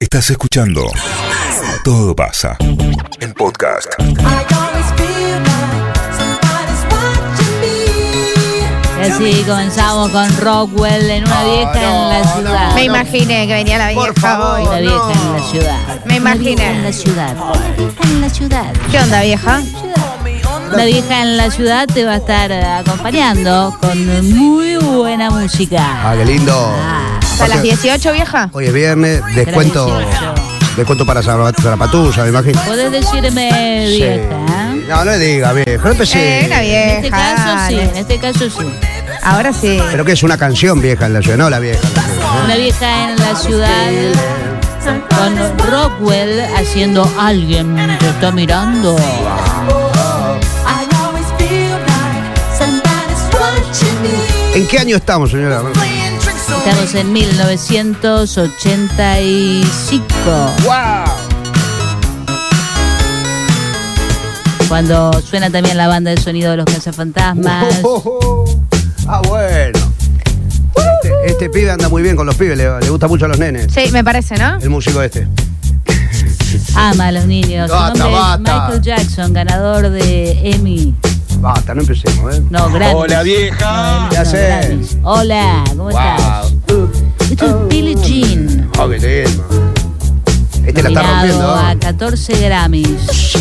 Estás escuchando Todo pasa. El podcast. Y así comenzamos con Rockwell en una vieja en la ciudad. Me imaginé que venía la vieja Por favor. hoy. Una vieja en la ciudad. Me Una vieja imaginé. En la ciudad. Una vieja en la ciudad. ¿Qué onda, vieja? Una vieja en la ciudad te va a estar eh, acompañando con muy buena música. Ah, Ah, qué lindo. ¿Hasta las 18, vieja? Hoy es viernes, descuento. 18. Descuento para zar- Zarapatusa, me imagino. Podés decirme Sí. vieja. ¿eh? No, no le diga, viejo. No Eh, empecé. una En este vieja. caso sí, en dale. este caso sí. Ahora sí. Pero que es una canción vieja en la ciudad, no la vieja. en la ¿eh? ciudad, Una vieja en la ciudad con Rockwell haciendo alguien te está mirando. ¿eh? ¿En qué año estamos, señora? Estamos en 1985, ¡Wow! cuando suena también la banda de sonido de los cazafantasmas. Oh, Ah, bueno. Este, este pibe anda muy bien con los pibes, le, le gusta mucho a los nenes. Sí, me parece, ¿no? El músico este. Ama a los niños. Su Basta, nombre es basta. Michael Jackson, ganador de Emmy. Basta, no empecemos, ¿eh? No, Grammys. Hola vieja. No, ¿Qué haces? Grammys. Hola, ¿cómo estás? ¡Wow! Esto es Billie Jean. ¡Oh, qué tema! Este la está nominado rompiendo, a ¿eh? 14 Grammys.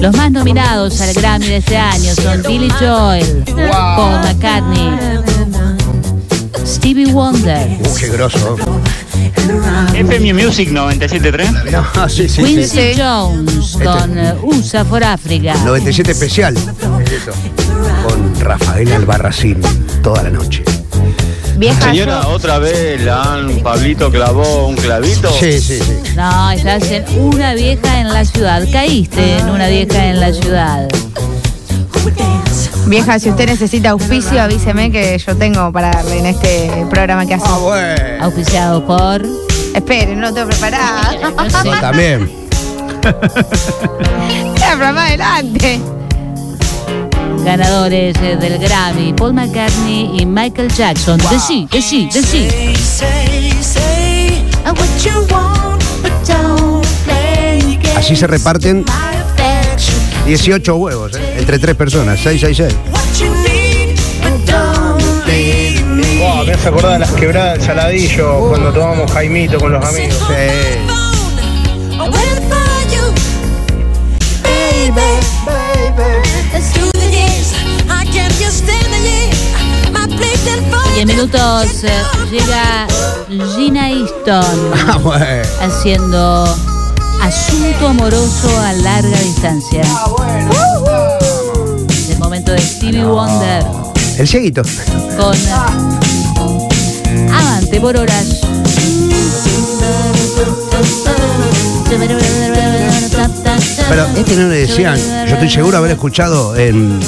Los más nominados al Grammy de este año son Billy Joel, Paul McCartney, Stevie Wonder, Uh, ¡Qué grosso! FM Music 97.3. No, sí, sí, sí. Este. Quincy Jones con eh, USA for Africa. 97 especial. Es esto. Con Rafael Albarracín toda la noche. Vieja. Señora, yo- otra vez la han Pablito clavó un clavito. Sí, sí, sí. No, estás en una vieja en la ciudad. Caíste en una vieja en la ciudad. Vieja, si usted necesita auspicio, avíseme que yo tengo para darle en este programa que hace. Ah, Oh. bueno. Auspiciado por. Esperen, no lo tengo preparado. No sé. No, también. Era para más adelante. Ganadores eh, del Grammy, Paul McCartney y Michael Jackson. Decí, decí, decí. Así se reparten 18 huevos, ¿eh? entre tres personas. 666. Wow, me hace acordar las quebradas del Saladillo cuando tomamos Jaimito con los amigos. Y en minutos eh, llega Gina Easton Ah, bueno. haciendo asunto amoroso a larga distancia. Es el momento de Stevie Wonder El cieguito. con Avante por horas. Pero este no le decían, yo estoy seguro de haber escuchado en,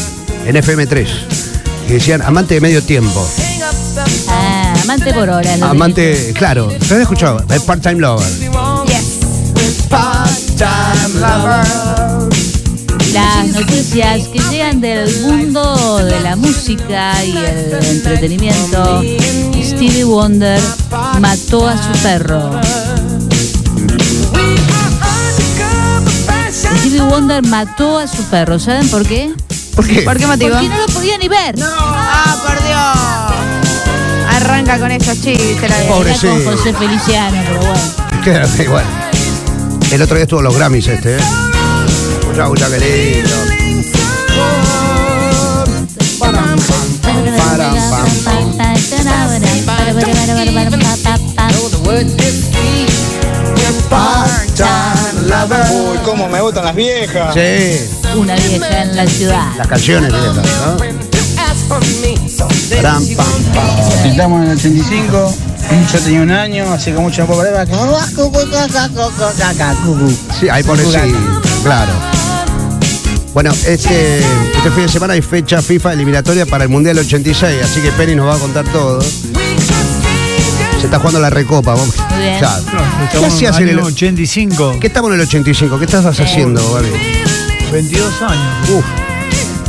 en FM3. Que decían amante de medio tiempo. Ah, amante por horas. lo Amante, claro. Yo había escuchado. eh, Part-time lover. Part-time lover. Las noticias que llegan del mundo de la música y el entretenimiento. Stevie Wonder mató a su perro. Stevie Wonder mató a su perro. ¿Saben por qué? ¿Por qué? ¿Por qué motivo? Porque no lo podía ni ver. ¡Ah, por Dios! Arranca con esos chistes la vieja. Pobre. Era con pobrecito. José Feliciano, pero bueno. Claro, igual. El otro día estuvo los Grammys este, ¿eh? Escuchá, escuchá, qué lindo. Param, pam, Uy, cómo me gustan las viejas. Sí, Una vieja en la ciudad. las canciones de estas, ¿no? Param, pam, pam. Estamos en el 85, yo tenía un año, así que mucho no puedo parar. Sí, ahí pone sí, claro. Bueno, este, este fin de semana hay fecha FIFA eliminatoria para el Mundial 86, así que Penny nos va a contar todo. Se está jugando la recopa, vamos. Muy bien. Claro. ¿Qué Estamos en hacías el en año el, 85, ¿Qué estamos en el 85? ¿Qué estás haciendo, Gaby? 22 años. Uf,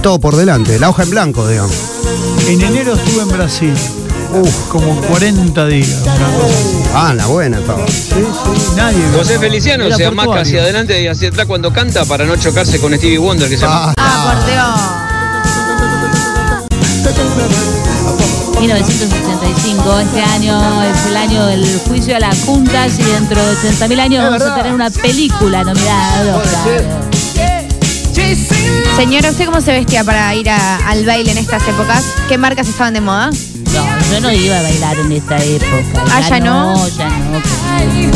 todo por delante, la hoja en blanco, digamos. En enero estuve en Brasil, Uf, como 40 días. una cosa así. Ah, la buena estaba. Nadie. José Feliciano Era se amasca portuario. hacia adelante y hacia atrás cuando canta para no chocarse con Stevie Wonder, que se Ah, Ah, 1985, este año es el año del juicio a las juntas y dentro de 80.000 años vamos a tener una película nominada. al Oscar. por Dios. Señora, ¿usted cómo se vestía para ir a- al baile en estas épocas? ¿Qué marcas estaban de moda? No, yo no iba a bailar en esta época. Ah, ¿ya no? Ya no. querido.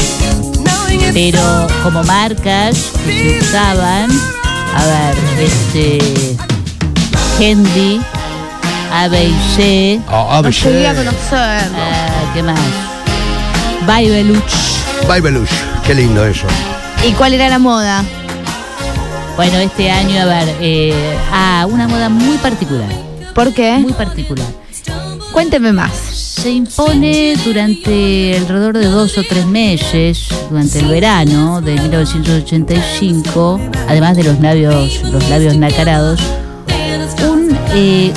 Pero como marcas que se usaban, a ver, este. Hendy, ABC, ah, No Abel- llegué a conocerlo. ah, ¿qué más? Bibeluch. Bibelush, qué lindo eso. Eh, ¿Y cuál era la moda? Bueno, este año, a ver, eh, ah, una moda muy particular, ¿Por qué? muy particular. Cuénteme más. Se impone durante alrededor de dos o tres meses, durante el verano de 1985, además de los labios, los labios nacarados, un, eh,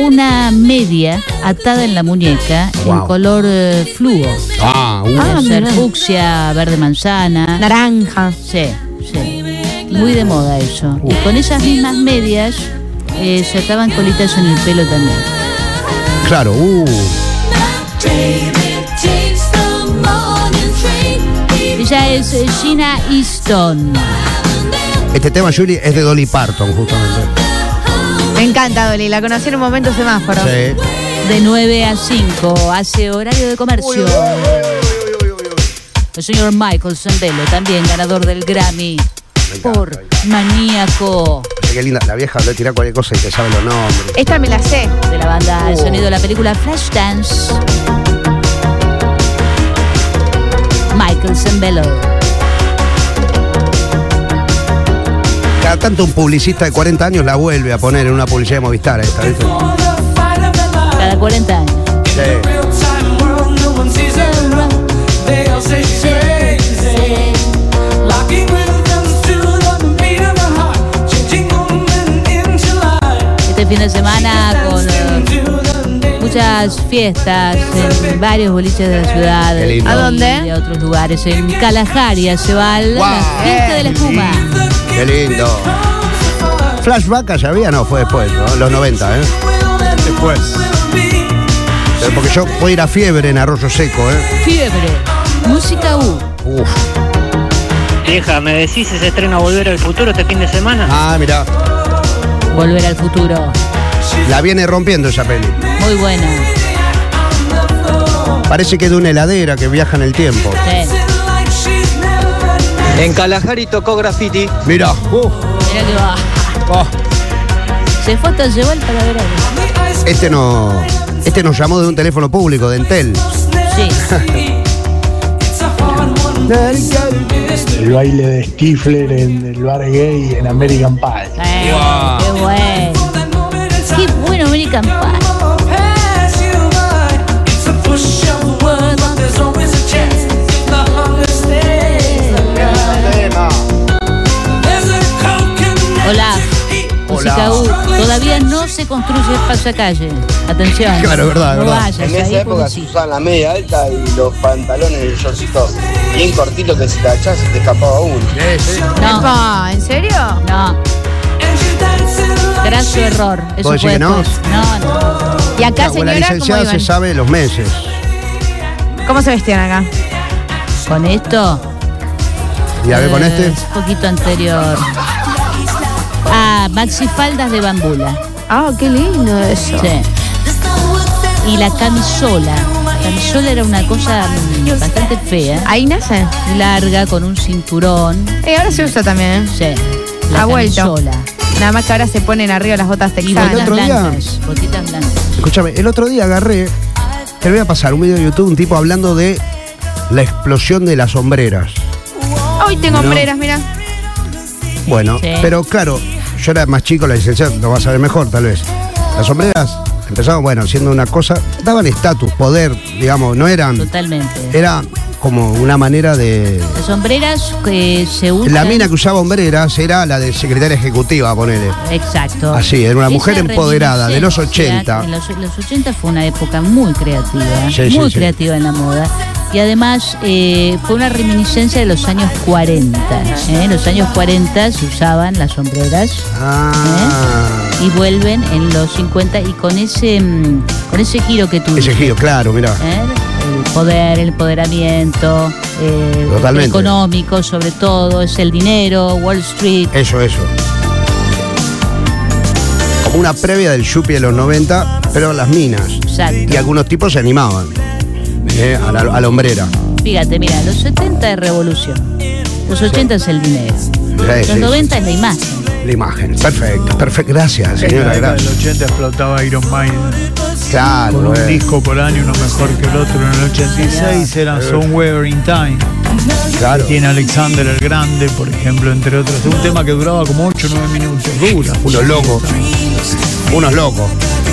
una media atada en la muñeca en Wow. color eh, fluo. Ah, uh, Ah, Puede ser mirá. fucsia, verde manzana. Naranja. Sí, sí. Muy de moda eso. Y con esas mismas medias eh, se ataban colitas en el pelo también. claro, uh. Ella es eh, Gina Easton. Este tema, Julie, es de Dolly Parton, justamente. Me encanta, Dolly. La conocí en un momento semáforo. Sí. De 9 a 5. Hace horario de comercio. El señor Michael Zambello, también ganador del Grammy. Por maníaco Che, Qué linda, la vieja le tira cualquier cosa y te sabe los nombres. Esta me la sé. de la banda El sonido de la película Flashdance. Michael Zambello. Cada tanto un publicista de 40 años la vuelve a poner en una publicidad de Movistar esta, ¿viste? Cada 40 años. Sí. Este fin de semana con eh, muchas fiestas en varios boliches de la ciudad. Qué lindo. y ¿A dónde? De otros lugares. En Kalahari se va la Guau. fiesta de la espuma. Qué lindo. Flashback allá había, no, fue después, ¿no? los 90, ¿eh? Después. Pero Porque yo puedo ir a fiebre en arroyo seco, ¿eh? Fiebre. Música U. Uf. Vieja, ¿me decís si se estrena Volver al Futuro este fin de semana? Ah, mira, Volver al futuro. la viene rompiendo esa peli. Muy buena. Parece que de una heladera que viaja en el tiempo. Sí. Ah. En Kalahari tocó graffiti. Mira, uh, Mirá que va. oh, Se fue hasta llevar para ver algo. este no, este nos llamó de un teléfono público de Entel. Sí. El baile de Stifler en el bar gay en American Pie. Eh, Qué bueno. Qué bueno American Pie. Hola. Música U. Todavía no se construye espacio a calle. Atención. Claro, verdad, no verdad. Vayas, En ahí esa época porque se sí. usaban la media alta y los pantalones y los shortcitos bien cortitos que si te agachás se te escapaba uno. No, Epa, ¿En serio? no. Graso error. Eso ¿Vos decís fue que no? después. No, no. ¿Y acá, la señora, cómo licenciada se iban? sabe los meses. ¿Cómo se vestían acá? Con esto. Y a ver con eh, este. Un poquito anterior. Ah, maxifaldas de bambula. Ah, qué lindo eso. Sí. Y la camisola. La camisola era una cosa mm, bastante fea. Ahí nace. Larga, con un cinturón. Y ahora se usa también. ¿eh? Sí. La Ha vuelto. camisola. Nada más que ahora se ponen arriba las botas Y texanas. botas otro día- blancas. Botitas blancas. Escúchame, el otro día agarré, te voy a pasar un video de YouTube, un tipo hablando de la explosión de las sombreras. Hoy tengo hombreras, mira. Bueno, Sí. pero claro, yo era más chico, la licenciada lo vas a ver mejor tal vez. Las sombreras empezaban, bueno, siendo una cosa, daban estatus, poder, digamos, no eran, Totalmente. era como una manera de. Las sombreras que se usan. La mina que usaba hombreras era la de secretaria ejecutiva, ponele. Exacto. Así, era una Esa mujer empoderada de los reminiscencia 80. En los, los 80 fue una época muy creativa, Sí, sí, muy sí. creativa en la moda. Y además eh, fue una reminiscencia de los años 40. ¿eh? En los años 40 se usaban las sombreras Ah. y vuelven en los 50 y con ese mm, con ese giro que tuviste. Ese giro, claro, mirá. ¿eh? El poder, el empoderamiento, eh, Totalmente. económico sobre todo, es el dinero, Wall Street. Eso, eso. Como una previa del Yuppie de los 90, pero las minas. Exacto. Y algunos tipos se animaban eh, a, la, a la hombrera. Fíjate, mira, los 70 es revolución, los 80 es el dinero, Sí, los sí, 90 es la imagen. La imagen. Perfecto, perfecto. Gracias, En la señora. década del Gracias. 80 explotaba Iron Maiden con Ah, Claro, un eh. disco por año, uno mejor que el otro. En el 86 eran Somewhere in Time. claro. Tiene Alexander el Grande, por ejemplo, entre otros. Un tema que duraba como 8 o 9 minutos. Dura. Unos locos. Unos locos.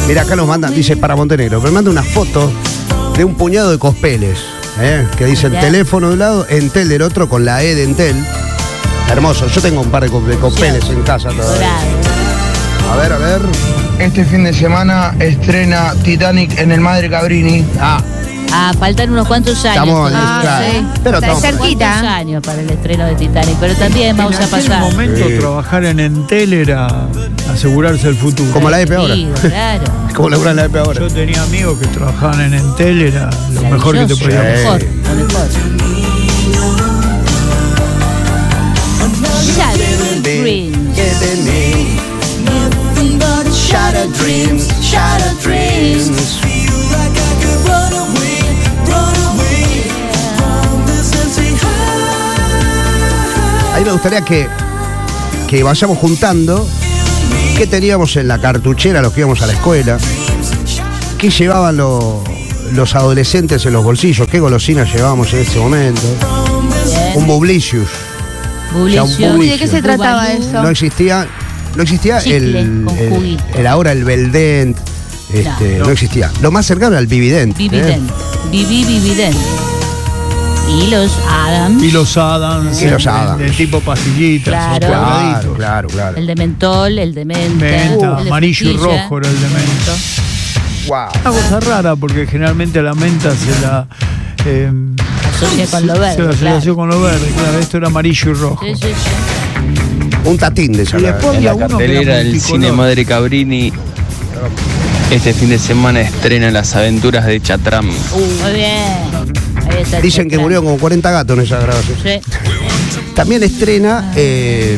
Mira, acá nos mandan, dice para Montenegro, pero manda una foto de un puñado de cospeles. ¿eh? Que dicen Mirá. teléfono de un lado, Entel del otro, con la E de Entel. Hermoso. Yo tengo un par de, cos- de cospeles en casa todavía. Dorado. A ver, a ver. Este fin de semana estrena Titanic en el Madre Cabrini. Ah, Ah, faltan unos cuantos años. Estamos- todavía. Ah, claro. sí. Pero Está estamos- cerquita. Cuántos años para el estreno de Titanic, pero también vamos a en aquel pasar. momento Sí. trabajar en Entel era asegurarse el futuro. Como la EPE ahora. Sí, claro. Como laburan la EPE ahora. Yo tenía amigos que trabajaban en Entel, era lo mejor que Maravilloso, te podía Sí. pasar. Lo mejor, lo mejor. Shattered Dreams. Ahí me gustaría que, que vayamos juntando qué teníamos en la cartuchera los que íbamos a la escuela, qué llevaban lo- los adolescentes en los bolsillos, qué golosinas llevábamos en ese momento. Un bublicius. Ya, un Publicio. publicio. Uy, ¿de qué se trataba Bubalú. eso? No existía, no existía Chicle el, con el, juguito. el ahora el Beldent. Este, no. No. existía. Lo más cercano era el Vivident. ¿eh? Vivident. Viví Vivident. Y los Adams. Y los Adams. Y los de- Adams. De, tipo pastillitas. Claro. o Claro, cuadraditos. claro, claro. El de mentol, el de menta. Menta, Uh, el de amarillo y frutilla. rojo era el de menta. Wow. Una cosa rara porque generalmente la menta se la. eh, Asocia con lo se- verde, Se la claro. asoció con lo verde, claro. Esto era amarillo y rojo. Sí, sí, sí. Un tatín de Y esa. después En había la uno que era cartelera del multicolor. cine Madre Cabrini, este fin de semana estrena Las Aventuras de Chatram. Muy bien. Ahí está el Dicen que Chatran. murieron como 40 gatos en esa grabación. Sí. También estrena eh,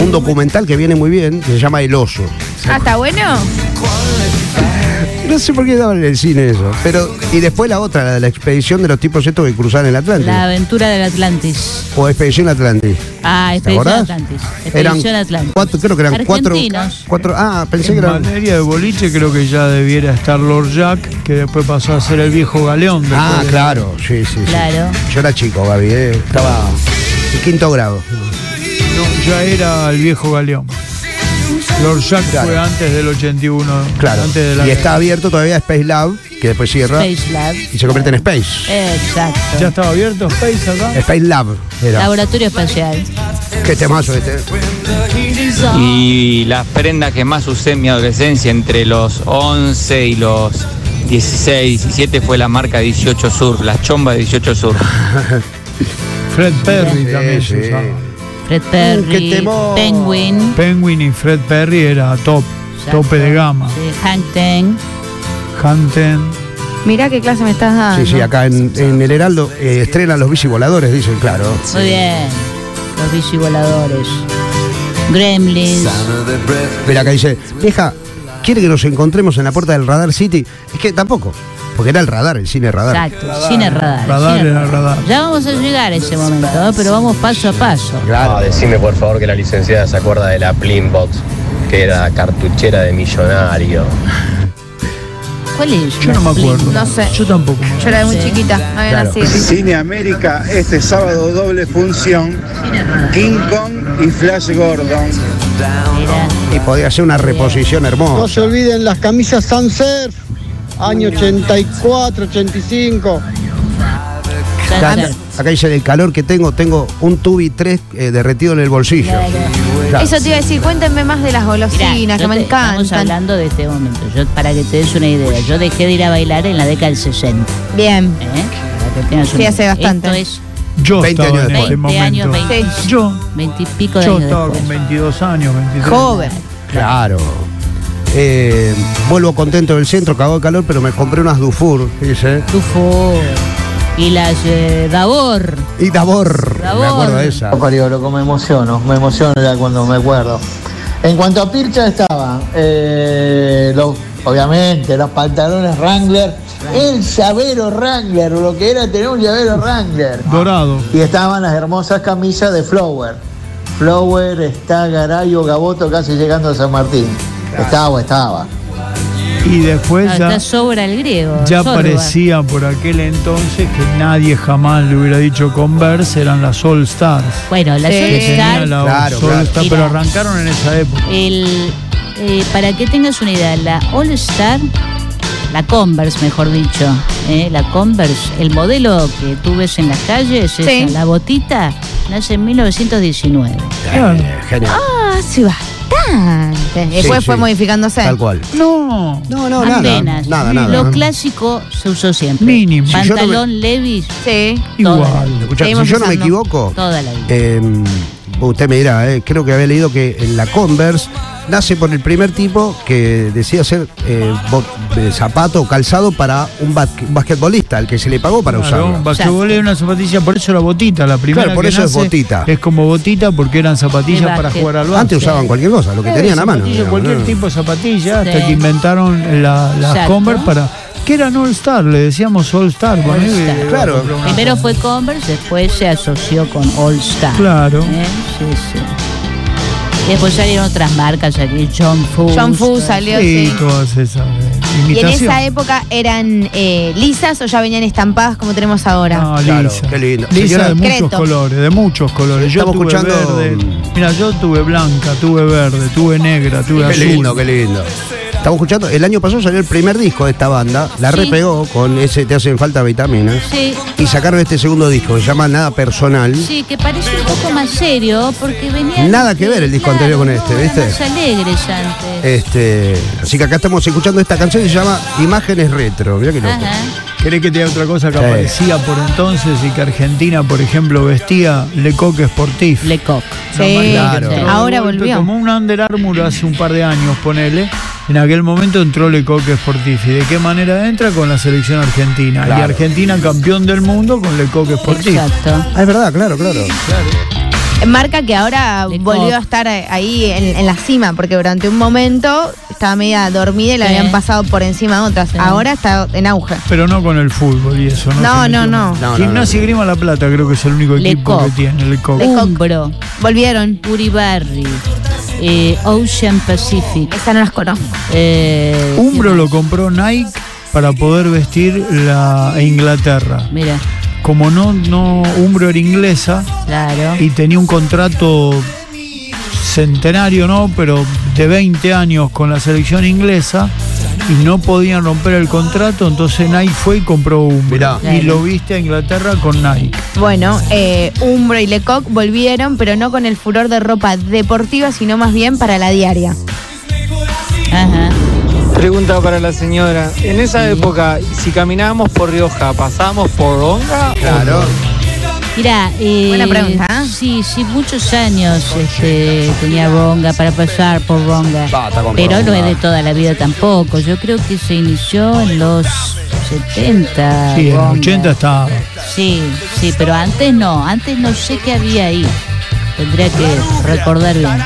un documental que viene muy bien, que se llama El Oso. Ah, ¿está bueno? No sé por qué daban en el cine eso. Pero, y después la otra, la de la expedición de los tipos estos que cruzaron el Atlántico. La aventura del Atlantis. O Expedición Atlantis. Ah, ¿Te Expedición acordás? Atlantis. Eran Expedición Atlantis. cuatro, creo que eran cuatro, Argentinos. cuatro. Ah, pensé que En eran. materia de boliche creo que ya debiera estar Lord Jack, que después pasó a ser el viejo galeón. después Ah, de- claro, sí, sí, sí. Claro. Yo era chico, Gaby, eh, estaba en quinto grado. no, ya era el viejo galeón. Lord Jack fue Claro. antes del 81. Claro. Antes de la Y está abierto todavía Space Lab, que después cierra Space Lab. y se convierte en Space. Exacto. ¿Ya estaba abierto Space acá? Space Lab era. Laboratorio espacial. Qué temazo este. Y las prendas que más usé en mi adolescencia, entre los 11 y los 16, 17, fue la marca 18 Sur, las chombas 18 Sur. Fred Perry también Sí, se sí. usaba. Fred Perry. qué temor. Penguin. Penguin y Fred Perry era top, Exacto. tope de gama. Sí, Hank Ten. Hunten. Mirá qué clase me estás dando. Sí, sí, acá en, en El Heraldo eh, estrenan los bici voladores, dicen, claro. Muy bien. Los bicivoladores. Gremlins. Pero acá dice, vieja, ¿quiere que nos encontremos en la puerta del Radar City? Es que tampoco, porque era el radar, el cine radar. Exacto. Cine radar. Radar cine era radar. Ya vamos a llegar a ese momento, ¿eh? pero vamos paso a paso. Claro. Ah, decime por favor que la licenciada se acuerda de la Plimbox, que era cartuchera de millonario. ¿Cuál es? Yo no me acuerdo. No sé. Yo tampoco. Yo era muy chiquita, no había Claro. nacido. Cine América, este sábado doble función. King Kong y Flash Gordon. Mira, Y podía ser una reposición No hermosa. se olviden las camisas Sunsurf, año 84, 85. Acá, acá dice, el calor que tengo, tengo un tubi 3 eh, derretido en el bolsillo. Claro. Eso te iba a decir, cuéntenme más de las golosinas, Mirá, que yo me te- Estamos encantan. hablando de este momento. Yo, para que te des una idea, yo dejé de ir a bailar en la década del 60. Bien. ¿eh? Para que tengas Sí, una hace idea. bastante. Esto Yo 20 estaba años en es ese 20 años, momento. 20, Yo, 20 y pico de yo años estaba con después. 22 años, 23. Joven. Claro. Eh, vuelvo contento del centro, cagó de calor, pero me compré unas Dufour, dice. Tufo. Y las eh, Davor. Y Davor, me Davor. acuerdo de esa. Cariolo, loco, me emociono, me emociono ya cuando me acuerdo. En cuanto a Pircha estaba, eh, los- obviamente, los pantalones Wrangler, el llavero Wrangler, lo que era tener un llavero Wrangler. Dorado. Y estaban las hermosas camisas de Flower. Flower está Garayo Gaboto casi llegando a San Martín. Estaba, estaba. Y después Ah, ya, está sobra el griego. ya sorba. parecían por aquel entonces que nadie jamás le hubiera dicho Converse, eran las All Stars. Bueno, la Sí. Que tenía Solstar, la Claro, All claro. Star, pero Mira. arrancaron en esa época. el, eh, para que tengas una idea, la All Star, la Converse, mejor dicho, eh, la Converse, el modelo que tú ves en las calles, esa, Sí. la botita, nace en 1919. Eh, genial. Ah, sí, bastante. Después Sí, fue sí. modificándose. Tal cual. No. No, no, nada. Apenas. Nada, nada. Lo clásico se usó siempre. Mínimo. Si yo no me- Pantalón Levis, Sí. Toda Igual. Escuchá, si Seguimos yo no me usando. equivoco, toda la vida. eh, usted me dirá, eh, creo que había leído que en la Converse nace por el primer tipo que decía hacer eh, zapato o calzado para un, basque- un basquetbolista, el que se le pagó para Claro, usarlo. un basquetbol era una zapatilla, por eso la botita, la primera. Claro, por que eso es nace botita. Es como botita porque eran De zapatillas para básquet. jugar al básquet. Antes usaban cualquier cosa, lo que Eh, tenían a mano. zapatillas, digamos, cualquier ¿no? tipo de zapatilla, Sí. hasta que inventaron la- las Exacto. Converse para. que eran All Star, le decíamos All Star. ponele, Star. Claro. compró una- Primero fue Converse, después se asoció con All Star. Claro. ¿Eh? Sí, sí. Y después salieron otras marcas, salió John Fu. John Fu salió, Sí, sí. todas esas. eh, ¿Y en imitación. esa época eran eh, lisas o ya venían estampadas como tenemos ahora? No, Claro, lisa. qué lindo. Lisa Señora- de muchos Creto. colores, de muchos colores. Yo Estamos tuve escuchando- verde. Mira, yo tuve blanca, tuve verde, tuve negra, tuve Qué azul. lindo, qué lindo. Estamos escuchando, el año pasado salió el primer disco de esta banda, la Sí. repegó con ese Te hacen falta vitaminas. Sí, Y sacaron este segundo disco, que se llama Nada Personal. sí, que parece un poco más serio porque venía. Nada que ver el disco anterior con este, no, ¿viste? eran más alegres antes. Este, así que acá estamos escuchando esta canción que se llama Imágenes Retro. Mirá que loco. Ajá. ¿Querés que te diga otra cosa que Sí. aparecía por entonces y que Argentina, por ejemplo, vestía Le Coq Sportif? Lecoq. Una Sí. marca que Claro. entró de Ahora golpe, volvió. Como un Under Armour hace un par de años, ponele. En aquel momento entró Le Coq Sportif. ¿Y de qué manera entra? Con la selección argentina. Y Claro. Argentina campeón del mundo con Le Coq Sportif. Exacto. Ah, es verdad, claro, claro. Marca que ahora De volvió Coke. a estar eh, ahí en, en la cima, porque durante un momento estaba media dormida y la Sí. habían pasado por encima de otras. Sí. Ahora está en auge. Pero no con el fútbol y eso. No, Se no, metió. no. No, no, Gimnasia y Grima La Plata creo que es el único Le equipo que Coq. tiene el Coq. Le Coq. Umbro, Volvieron. Uribarri, eh, Ocean Pacific. Esa no las conozco. eh, Umbro lo compró Nike para poder vestir la Inglaterra. Mira, Como no, no, Umbro era inglesa claro. y tenía un contrato centenario, ¿no? Pero de 20 años con la selección inglesa y no podían romper el contrato, entonces Nike fue y compró Umbro. Mirá. Y lo viste a Inglaterra con Nike. Bueno, eh, Umbro y Lecoq volvieron, pero no con el furor de ropa deportiva, sino más bien para la diaria. Ajá. Pregunta para la señora. En esa época, si caminábamos por Rioja, ¿pasábamos por Onga? Claro. Mira, eh, Buena pregunta, ¿eh? Sí, sí, muchos años este, tenía Ronga para pasar por Ronga. Basta con Pero no Ronga. es de toda la vida tampoco. Yo creo que se inició en los 70. Sí, en Ronga. los 80 estaba. Sí, sí, pero antes no. Antes no sé qué había ahí. Tendría que recordar bien.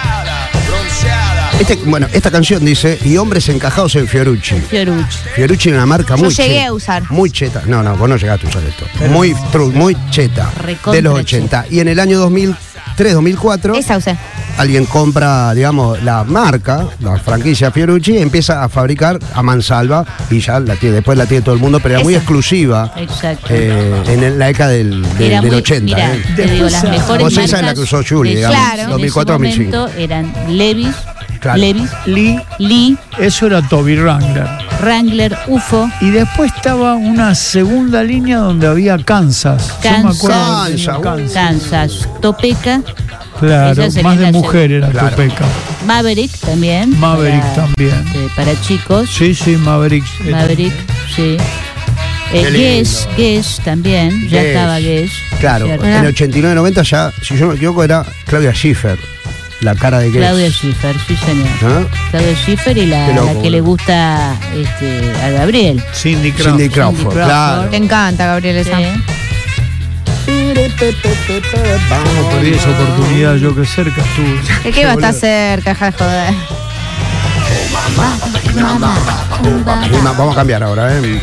Este, bueno, esta canción dice, y hombres encajados en Fiorucci. Fiorucci. Fiorucci era una marca Yo muy llegué che- a usar. Muy cheta. No, no, vos no llegaste a usar esto. Muy, tru- muy cheta. Recontra De los 80. Y en el año 2003, 2004, Esa usé. alguien compra, digamos, la marca, la franquicia Fiorucci, y empieza a fabricar a mansalva y ya la tiene, después la tiene todo el mundo, pero era muy Esa. exclusiva Exacto. eh, en el- la década del, del- Era del muy- 80. mirá, eh. te digo, las mejores Vos marcas esa es la que usó Julie, de- digamos, Claro. en 2004, ese 2005. momento eran Levis, Claro. Levis, Lee, Lee, eso era Toby Wrangler. Wrangler, UFO. Y después estaba una segunda línea donde había Kansas. Yo me acuerdo haber Kansas, tenido Kansas. Kansas, Topeca, Claro, Esa sería más de la mujer era segunda. Topeca. Maverick también. Maverick para- también. eh, Para chicos. Sí, sí, Maverick. eh, Maverick, sí. Eh, Qué Guess, Guess también, ya Guess. estaba Guess. Claro, ¿cierto? en el 89-90 ya, si yo no me equivoco, era Claudia Schiffer, la cara de Guess. Claudia Schiffer, sí señor. ¿No? Claudia Schiffer y la, Qué loco, la que boludo. le gusta este, a Gabriel. Cindy Crawford. Cindy Crawford, Cindy claro. Te encanta, Gabriel esa. No perdí esa oportunidad, yo que cerca estuve. ¿De qué va a estar cerca, ja, joder? Sí, ma- Vamos a cambiar ahora, ¿eh?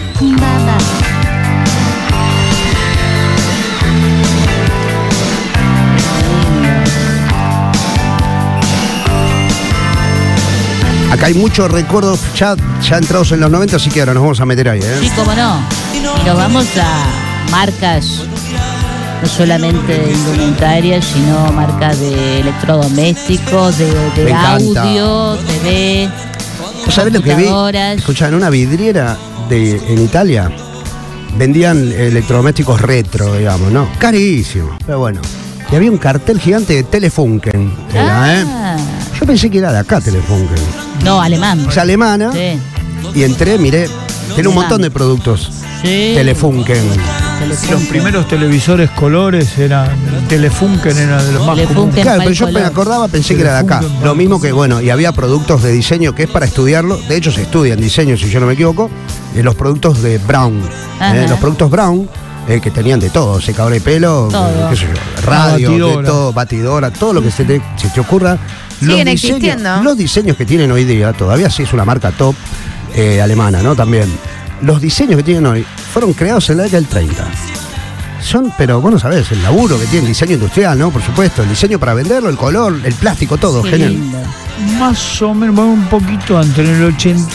Acá hay muchos recuerdos ya, ya entrados en los 90, así que ahora nos vamos a meter ahí, Sí, ¿eh? cómo no. Y nos vamos a marcas, no solamente de indumentaria, sino marcas de electrodomésticos, de, de Me encanta. audio, TV, ¿Vos ¿Sabés lo que vi? computadoras. Escuchá, en una vidriera de, en Italia vendían electrodomésticos retro, digamos, ¿no? Carísimo, pero bueno. Y había un cartel gigante de Telefunken, era, ¿eh? Ah, Yo pensé que era de acá Telefunken. No, alemán. Es alemana. Sí, Y entré, miré, tiene un montón de productos. sí. Telefunken. Los primeros televisores colores eran. Telefunken era de los más comunes. Claro, pero yo me acordaba, pensé que era de acá. Telefunken, Lo mismo que, bueno, y había productos de diseño que es para estudiarlo. De hecho, se estudian diseño, si yo no me equivoco, eh, los productos de Brown. Ajá. Eh, los productos Brown, eh, que tenían de todo, secador de pelo, Todo. eh, qué sé yo, radio, batidora. de todo, batidora, todo lo que se te, se te ocurra. Siguen diseños- existiendo. Los diseños que tienen hoy día, todavía sí es una marca top eh, alemana, ¿no? También. Los diseños que tienen hoy fueron creados en la década del 30. Son, pero vos no sabés, el laburo que tiene, diseño industrial, ¿no? Por supuesto, el diseño para venderlo, el color, el plástico, todo, Qué genial. lindo. Más o menos, bueno, un poquito antes, en el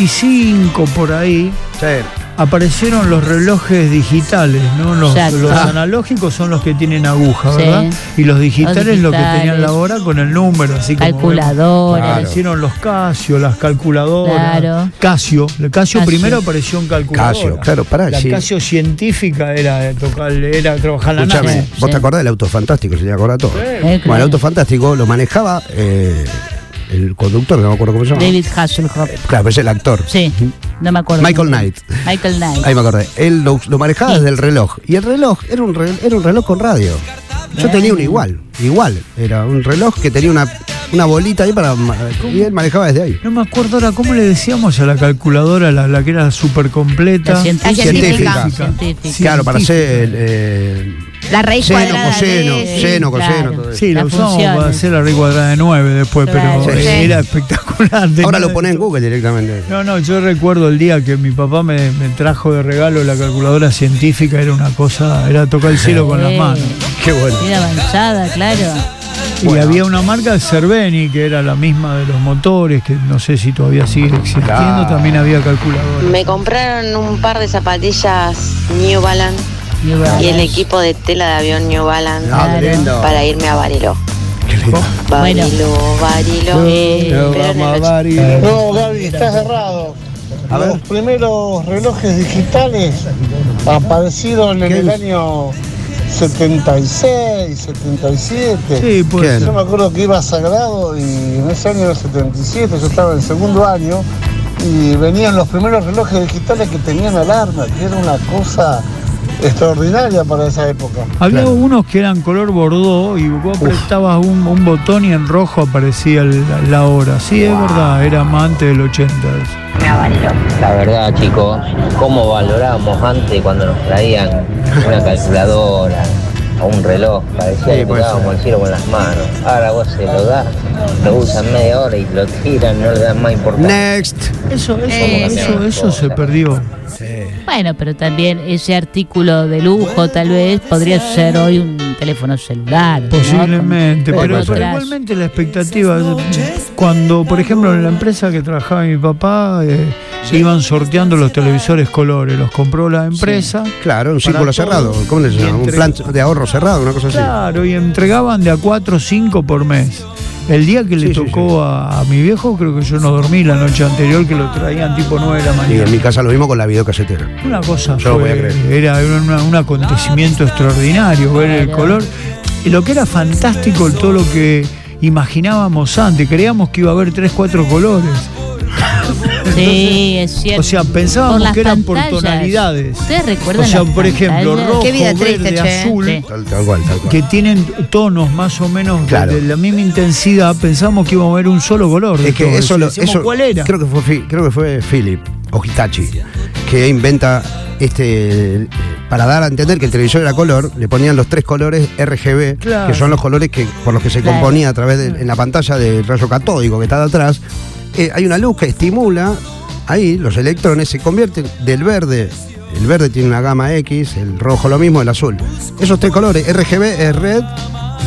85 por ahí, Sí. aparecieron los relojes digitales, ¿no? Los, Exacto. los Ah. analógicos son los que tienen aguja, Sí. ¿verdad? Y los digitales, Los lo que digitales. tenían la hora con el número, así como Calculadora. vemos. Aparecieron los Casio, las calculadoras. Claro. Casio. El Casio, Casio. primero apareció en calculadora. Casio, claro, pará, La sí. Casio científica era de tocar, era trabajar la Escuchame, NASA. vos sí. te acordás del auto fantástico, se te acuerda todo. Eh, Bueno, el claro. auto fantástico lo manejaba eh, el conductor, no me acuerdo cómo se llama. David Hasselhoff. Claro, pero es el actor. Sí, no me acuerdo. Michael Knight. Michael Knight. Ahí me acordé. Él lo, lo manejaba Sí. desde el reloj. Y el reloj era un, re- era un reloj con radio. Yo Bien. tenía uno igual, igual. Era un reloj que tenía una, una bolita ahí para. ma- Y él manejaba desde ahí. No me acuerdo ahora cómo le decíamos a la calculadora, la, la que era súper completa. La científica. Científica. Científica. Sí. Claro, para hacer. eh, La raíz seno, cuadrada coseno, de- seno, coseno, claro. todo eso. Sí, la Las usamos para funciones. hacer la raíz cuadrada de 9 después, Claro. pero eh, Sí. era espectacular. Ahora tenía- lo pone en Google directamente. No, no, yo recuerdo el día que mi papá me, me trajo de regalo la calculadora científica, era una cosa, era tocar el cielo con las Sí. manos. Qué bueno. Vida avanzada, claro. Y había una marca, Cerveni, que era la misma de los motores, que no sé si todavía sigue existiendo, Claro. también había calculadora. Me compraron un par de zapatillas New Balance New y Balance. el equipo de tela de avión New Balance Ah, qué Claro. lindo. para irme a Barilo. Qué lindo. Bueno. Barilo, Barilo. No, Pero en el och- No, Gaby, estás errado. A ver. Los primeros relojes digitales aparecieron en ¿Qué el es? año 76, 77. Sí, pues. ¿Quién? Yo me acuerdo que iba a Sagrado y en ese año 77 yo estaba en segundo año y venían los primeros relojes digitales que tenían alarma, que era una cosa extraordinaria para esa época. Había Claro. unos que eran color bordó y vos apretabas un, un botón y en rojo aparecía el- la, la hora. Sí, es verdad, era más antes del 80. eso. La verdad, chicos, cómo valoramos antes cuando nos traían una calculadora o un reloj, parecía Sí, que puede tocábamos ser. el cielo con las manos. Ahora vos se lo das, lo usan media hora y lo tiran, no le dan más importancia. Next. Eso, eso, Eh, eso, eso se perdió. Bueno, pero también ese artículo de lujo tal vez podría ser hoy un teléfono celular. ¿no? Posiblemente, Con- pero, con pero otras- igualmente la expectativa. Cuando, por ejemplo, en la empresa que trabajaba mi papá, eh, se iban sorteando los televisores colores, los compró la empresa. Claro, un Para círculo todos. cerrado. ¿Cómo le Y llaman? Un entre- plan de ahorro cerrado, una cosa así. Claro, y entregaban de a 4 o 5 por mes. El día que le tocó A, a mi viejo, creo que yo no dormí la noche anterior, que lo traían tipo 9 de la Y mañana. en mi casa lo mismo con la videocasetera. Una cosa Yo no fue- podía creer. era era una- un acontecimiento extraordinario ver el color. Y Lo que era fantástico, todo lo que imaginábamos antes. Creíamos que iba a haber tres, cuatro colores. Sí, es cierto. O sea, pensábamos Por las que eran por pantallas. tonalidades. ¿Ustedes recuerdan O sea, las por ejemplo, pantallas? rojo, verde, azul, Tal, tal cual, tal cual. que tienen tonos más o menos de- Claro. de, la misma intensidad, pensamos que íbamos a ver un solo color. de Es que todo eso, lo- Decíamos, eso- ¿Cuál era? Creo que fue, Fi- creo que fue Philip o Hitachi que inventa este para dar a entender que el televisor era color, le ponían los tres colores RGB, Claro. que son los colores que por los que se Claro. componía a través de en la pantalla del rayo catódico que está de atrás. Eh, hay una luz que estimula ahí los electrones se convierten del verde el verde tiene una gama X, el rojo lo mismo, el azul. Esos tres colores, RGB es red,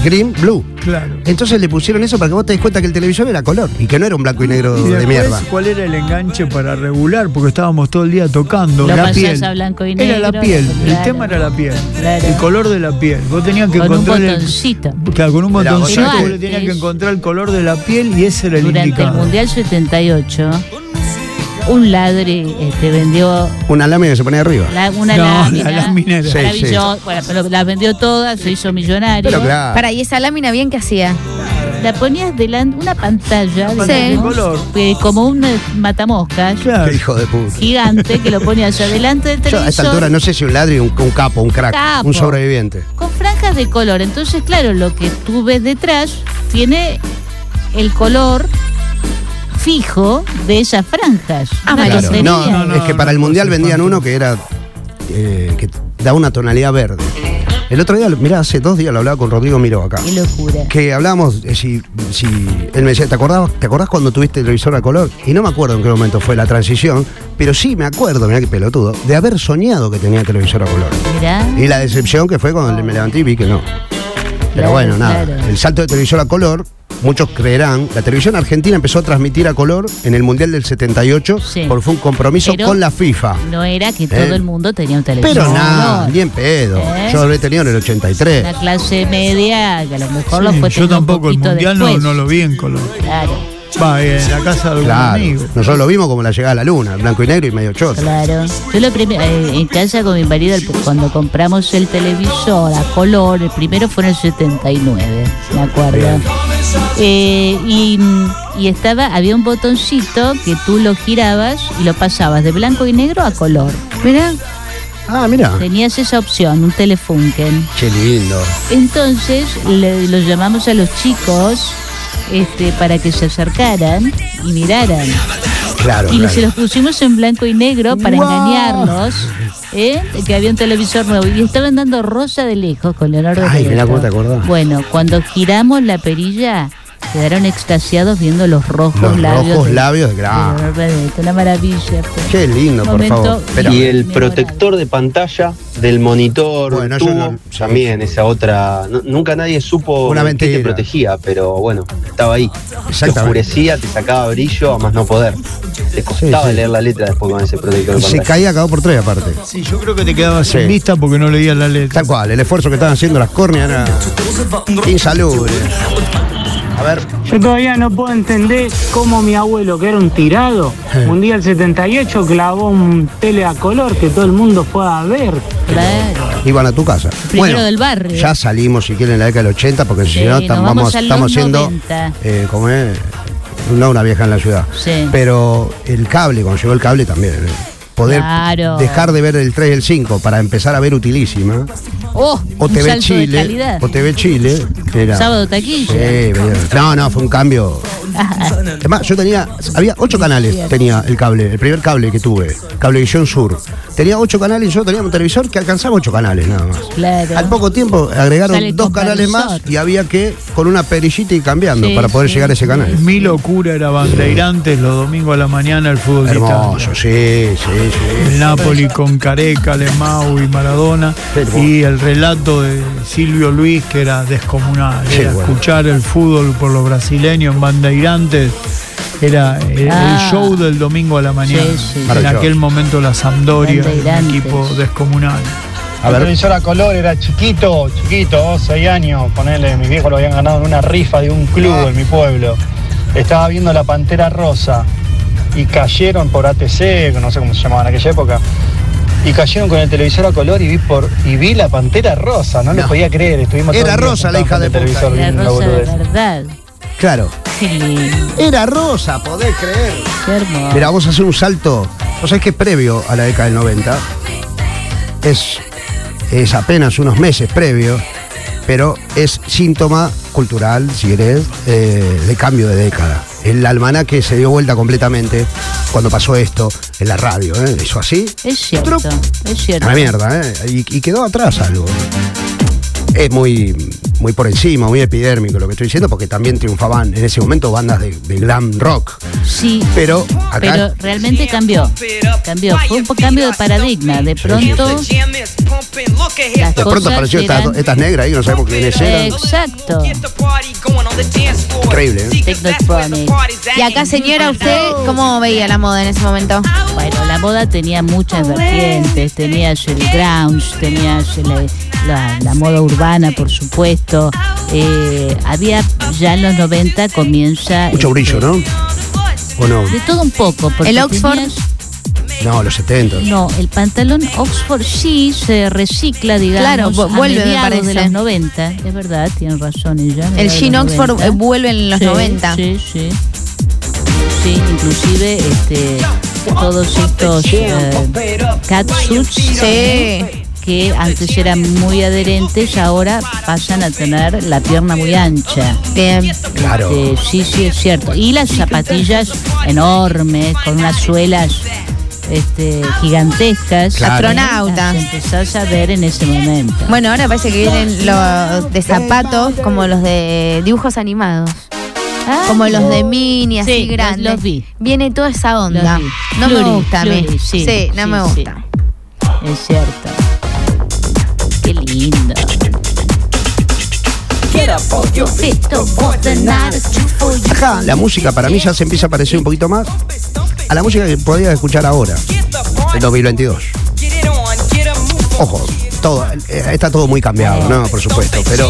green, blue. Claro. Entonces le pusieron eso para que vos te des cuenta que el televisor era color y que no era un blanco y negro Y de después, mierda. ¿Cuál era el enganche para regular? Porque estábamos todo el día tocando. Lo la pasás piel. a blanco y Era negro, la piel. claro. El tema era la piel. Claro. El color de la piel. Vos tenías que Con un encontrar. botoncito. El, claro, con un Era botoncito. botón. Vos le tenías que encontrar el color de la piel y ese era el Durante el indicado. Mundial 78, un ladri este, vendió Una lámina que se pone arriba. la- una No, lámina. la lámina era- Sí, maravillosa, bueno, pero las vendió todas, se hizo millonario. Pero claro. Para, ¿y esa lámina bien que hacía? La ponías delante, una pantalla, pantalla de digamos, que como un eh, matamoscas Qué hijo de puta. gigante que lo ponías adelante del Yo a esta televisor. altura no sé si un ladri, un, un capo, un crack, Capo. un sobreviviente. con franjas de color. Entonces, claro, lo que tú ves detrás tiene el color fijo de esas franjas. Ah, Una Claro. tontería. No, es que para el mundial vendían uno que era eh, que da una tonalidad verde. El otro día, mirá, hace dos días lo hablaba con Rodrigo Miró acá. Qué locura. Que hablábamos, eh, si, si él me decía, ¿te acordás, ¿te acordás cuando tuviste televisor a color? Y no me acuerdo en qué momento fue la transición, pero sí me acuerdo, mirá qué pelotudo, de haber soñado que tenía televisor a color. Mirá. Y la decepción que fue cuando me levanté y vi que no. Pero Claro, bueno, nada. claro. El salto de televisor a color, muchos creerán, la televisión argentina empezó a transmitir a color en el Mundial del 78 porque fue un compromiso Pero- con la FIFA. No era que todo Eh. el mundo tenía un televisor. Pero de nada, color. ni en pedo. ¿Eh? Yo lo he tenido en el 83. La clase media, que a lo mejor lo Sí, fue yo teniendo un tampoco, el poquito mundial no, después. no lo vi en color. Claro, Va, eh, en la casa de algún Claro. amigo. Nosotros lo vimos como la llegada a la luna, blanco y negro y medio choto. claro. Yo lo prim- eh, en casa con mi marido, el- cuando compramos el televisor a color, el primero fue en el 79, me acuerdo. Eh, y, y estaba, había un botoncito que tú lo girabas y lo pasabas de blanco y negro a color. Mirá, Ah, mira. tenías esa opción, un telefunken. Qué lindo. Entonces le- los llamamos a los chicos este, para que se acercaran y miraran. Claro, Y claro. se los pusimos en blanco y negro para Wow. engañarlos, ¿eh? que había un televisor nuevo. Y estaban dando rosa de lejos con Leonardo Ay, Pietro. mirá cómo te acordás. Bueno, cuando giramos la perilla, quedaron extasiados viendo los rojos Los labios. rojos de- labios de de gran. Leonardo Pietro. Una maravilla. fue. Qué lindo, por Momento favor. Espera. Y el protector de pantalla del monitor Bueno, tubo, yo no- también esa otra. no- nunca nadie supo Una qué te mentira. protegía, pero bueno, estaba ahí. Te Exactamente. oscurecía, te sacaba brillo a más no poder. Te costaba leer la letra después con ese protector de Y se pantalla. caía cada por tres aparte. Sí, yo creo que te quedabas sin Sí. vista porque no leías la letra. Tal cual, el esfuerzo que estaban haciendo las córneas era insalubre. A ver, Yo todavía no puedo entender cómo mi abuelo, que era un tirado, un día el 78 clavó un tele a color que todo el mundo pueda ver. iban a tu casa. Primero del barrio. Ya salimos, si quieren, en la década del 80, porque si Sí, no, nos tam- vamos vamos, a los estamos siendo, 90. eh, como es, no una vieja en la ciudad. Sí. Pero el cable, cuando llegó el cable también. eh, Poder Claro. dejar de ver el 3 y el 5 para empezar a ver Utilísima. Oh, O un TV salto de Chile. calidad. O TV Chile. que era- Sábado taquilla. Sí, veía- no, no, fue un cambio. Además, yo tenía, había ocho canales, tenía el cable, el primer cable que tuve, Cablevisión Sur. Tenía ocho canales y yo tenía un televisor que alcanzaba ocho canales nada más. Claro. Al poco tiempo agregaron Sale dos con canales más televisor. y había que con una perillita y cambiando Sí, para poder sí. llegar a ese canal. Mi locura era Bandeirantes los domingos a la mañana el fútbol Hermoso, sí, sí, sí. El Napoli con Careca, Lemau y Maradona. Y el relato de Silvio Luis, que era descomunal. Sí, era bueno. escuchar el fútbol por los brasileños en Bandeirantes. Era eh, el, el Ah. show del domingo a la mañana. Sí, sí. En Maravilloso. aquel momento la Sampdoria, un Bandeirantes. equipo descomunal. A El ver. televisor a color era chiquito, chiquito, 6 años, ponele, mis viejos lo habían ganado en una rifa de un club Ah. en mi pueblo. Estaba viendo la Pantera Rosa y cayeron por ATC, no sé cómo se llamaban en aquella época. Y cayeron con el televisor a color y vi por y vi la Pantera Rosa, no, lo podía creer, estuvimos Era todo el día Rosa la sentados hija frente de al puta. televisor La viendo rosa de boludez. verdad. Claro. Qué lindo, Era Rosa, podés creer. qué hermoso. Mira, vamos a hacer un salto. Vos sabés que es previo a la década del 90. Es, es apenas unos meses previo, pero es síntoma cultural, si querés, eh, de cambio de década. El almanaque se dio vuelta completamente cuando pasó esto en la radio. ¿eh? Hizo así, Es cierto, es cierto. una mierda, ¿eh? Y, y quedó atrás algo. Es muy, muy por encima, muy epidérmico lo que estoy diciendo, porque también triunfaban en ese momento bandas de, de glam rock. Sí, Pero acá. pero realmente cambió. Cambió, fue un po- cambio de paradigma. De pronto, las de pronto cosas Eh, apareció estas eran- estas negras ahí, que no sabemos quiénes eran. Exacto. Increíble, ¿eh? Technotronic. Y acá, señora, ¿usted cómo veía la moda en ese momento? Bueno, la moda tenía muchas vertientes, tenías el grunge, tenías la, la- la moda urbana, por supuesto. Eh, había ya en los 90 comienza... este, Mucho brillo, ¿no? ¿O no? De todo un poco. Porque ¿El Oxford? tenías- No, los 70. no, el pantalón Oxford sí se recicla, digamos, Claro, vu- a vuelve, me mediados de parece. los 90. Es verdad, tienen razón ella. El mediados de jean los Oxford 90. eh, vuelve en los Sí, 90. Sí, sí. Sí, inclusive este, todos estos eh, catsuits Sí. que antes eran muy adherentes, ahora pasan a tener la pierna muy ancha. Bien. Claro. Este, sí, sí, es cierto. Y las zapatillas enormes, con unas suelas este, gigantescas. Claro. Astronautas. Las empezás a ver en ese momento. Bueno, ahora parece que vienen los de zapatos como los de dibujos animados. Ah, Como los de mini, así Sí, los- grandes. los vi. Viene toda esa Los onda. vi. No Fluri, me gusta a mí. Fluri, sí, Sí, no sí, me sí. gusta. Es cierto. Qué lindo. Acá la música para mí ya se empieza a parecer un poquito más a la música que podías escuchar ahora, en 2022. Ojo, todo, eh, está todo muy cambiado, ¿no? Por supuesto, pero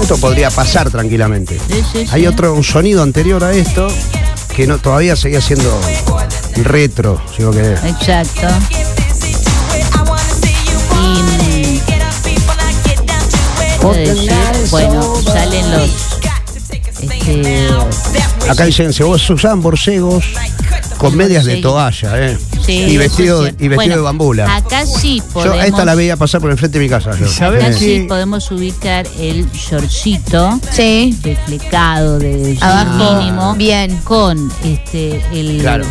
esto podría pasar tranquilamente. Sí, sí, Hay sí. otro un sonido anterior a esto que no, todavía seguía siendo retro, si vos querés. Exacto. Y, mm, decir, bueno, salen los. Este, Acá dicen, se vos Susan Borcegos con medias de toalla, ¿eh? sí, y vestido, eso es cierto. y vestido Bueno, de bambula. Acá sí Yo podemos. a esta la veía pasar por el frente de mi casa. yo. ¿Sabés acá Eh, sí podemos ubicar el shortcito Sí. de flecado, de Abajo. mínimo. Bien. con este el Claro.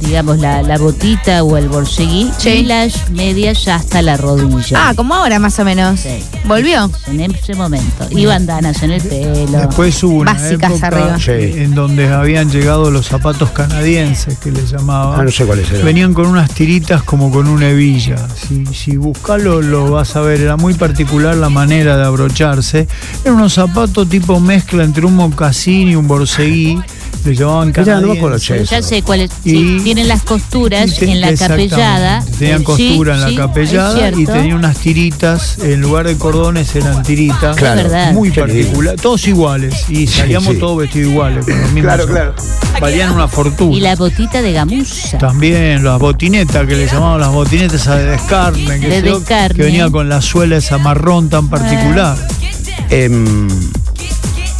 digamos la, la botita o el borseguí Sí. y las medias hasta la rodilla. Ah, como ahora más o menos. Sí. Volvió. en ese momento. Y bandanas en el pelo. Después hubo una Básicas época arriba. Sí. en donde habían llegado los zapatos canadienses que les Ah, llamaban. no sé cuáles eran. Venían con unas tiritas como con una hebilla. Si, si buscás lo- lo vas a ver. Era muy particular la manera de abrocharse. Eran unos zapatos tipo mezcla entre un mocasín y un borseguí. Le llamaban Mirá, no me canadienses. acuerdo, che. ya sé cuáles. Y- sí, tienen las Y costuras te- en la exactamente. capellada. Tenían Sí, costura en sí, la es capellada cierto. y tenían unas tiritas, en lugar de cordones eran tiritas. Claro. Es verdad. Muy Qué lindo. particular. Todos iguales. Y salíamos sí. todos vestidos iguales. Con los mismos Claro, claro. Valían una fortuna. Y la botita de gamuza. También las botinetas, que le llamaban las botinetas a de descarne, que, De se- descarne. que venía con la suela esa marrón tan particular. Em,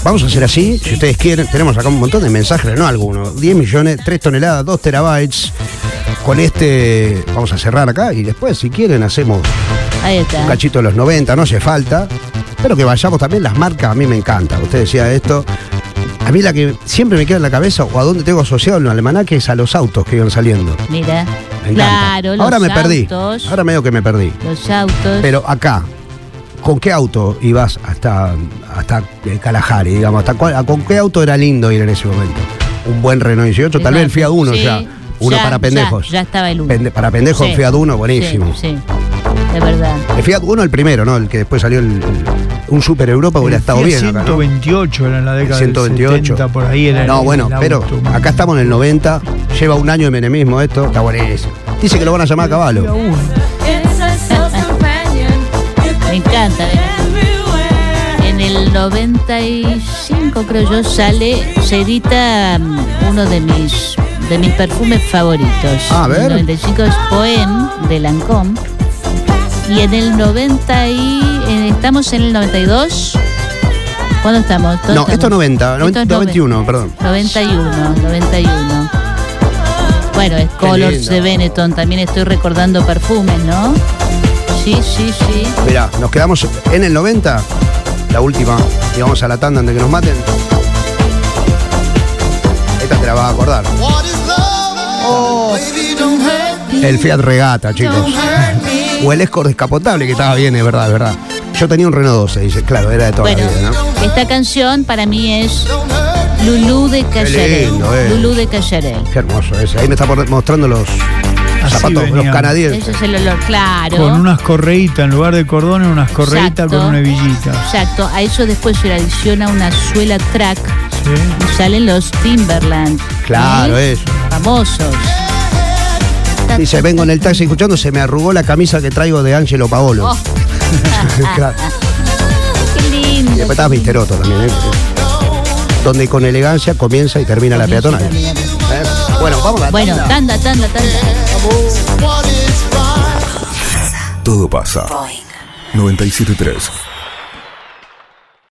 vamos a hacer así, si ustedes quieren, tenemos acá un montón de mensajes, no algunos, 10 millones, 3 toneladas, 2 terabytes. Con este vamos a cerrar acá y después, si quieren, hacemos Ahí un está. cachito de los 90, no hace falta. Pero que vayamos también, las marcas a mí me encanta. Usted decía esto. A mí la que siempre me queda en la cabeza o a dónde tengo asociado en el almanaque es a los autos que iban saliendo. Mira. Me encanta. Claro, Ahora los me perdí. autos. Ahora medio que me perdí. Los autos. Pero acá, ¿con qué auto ibas hasta, hasta eh, Kalahari, digamos? ¿Hasta cuál- a- ¿Con qué auto era lindo ir en ese momento? Un buen Renault 18, tal vez el Fiat Uno Sí, ya. Uno ya, para pendejos. Ya, ya estaba el uno. Pende- para pendejos el Sí, Fiat Uno, sí, buenísimo. Sí, de verdad. El Fiat Uno el primero, ¿no? El que después salió el, el- un Super Europa, hubiera El estado Fiat bien acá, ¿no? 128 era en la década 128. del 70, por ahí era No, el- bueno, el pero auto. acá estamos en el 90, lleva un año de menemismo esto, está buenísimo. Dice que lo van a llamar a caballo. Fiat Uno. encanta. ¿eh? En el 95, creo yo, sale, se edita mm, uno de mis de mis perfumes favoritos. A ver. El 95 es Poem de Lancôme. Y en el 90 y eh, estamos en el 92. ¿Cuándo estamos? ¿Dónde No, esto estamos? 90, Esto es 91, perdón. 91, 91. Bueno, es Colors lindo. de Benetton, también estoy recordando perfumes, ¿no? Sí, sí, sí. Mirá, nos quedamos en el 90, la última, y vamos a la tanda antes de que nos maten. Esta te la vas a acordar. El Fiat Regata, chicos. O el Escort descapotable, que estaba bien, es verdad, es verdad. Yo tenía un Renault 12, dice, claro, era de toda Bueno, la vida, ¿no? esta canción para mí es Lulú de Callarel. lindo, eh. Lulú de Callarel. Qué hermoso ese. Ahí me está por- mostrando los zapatos, los venían. canadienses. Ese es el olor, claro. Con unas correitas, en lugar de cordones, unas correitas Exacto. con una hebillita. Exacto, a eso después se le adiciona una suela track Sí. y salen los Timberland. Claro, ¿sí? eso. Famosos. Dice, vengo en el taxi escuchando, se me arrugó la camisa que traigo de Angelo Paolo. Oh. Claro. Qué lindo. Y después estaba Misteroto también, ¿eh? Donde con elegancia comienza y termina la peatonal. ¿Eh? Bueno, vamos a la Bueno, tanda. tanda, tanda, tanda. Todo pasa. 97.3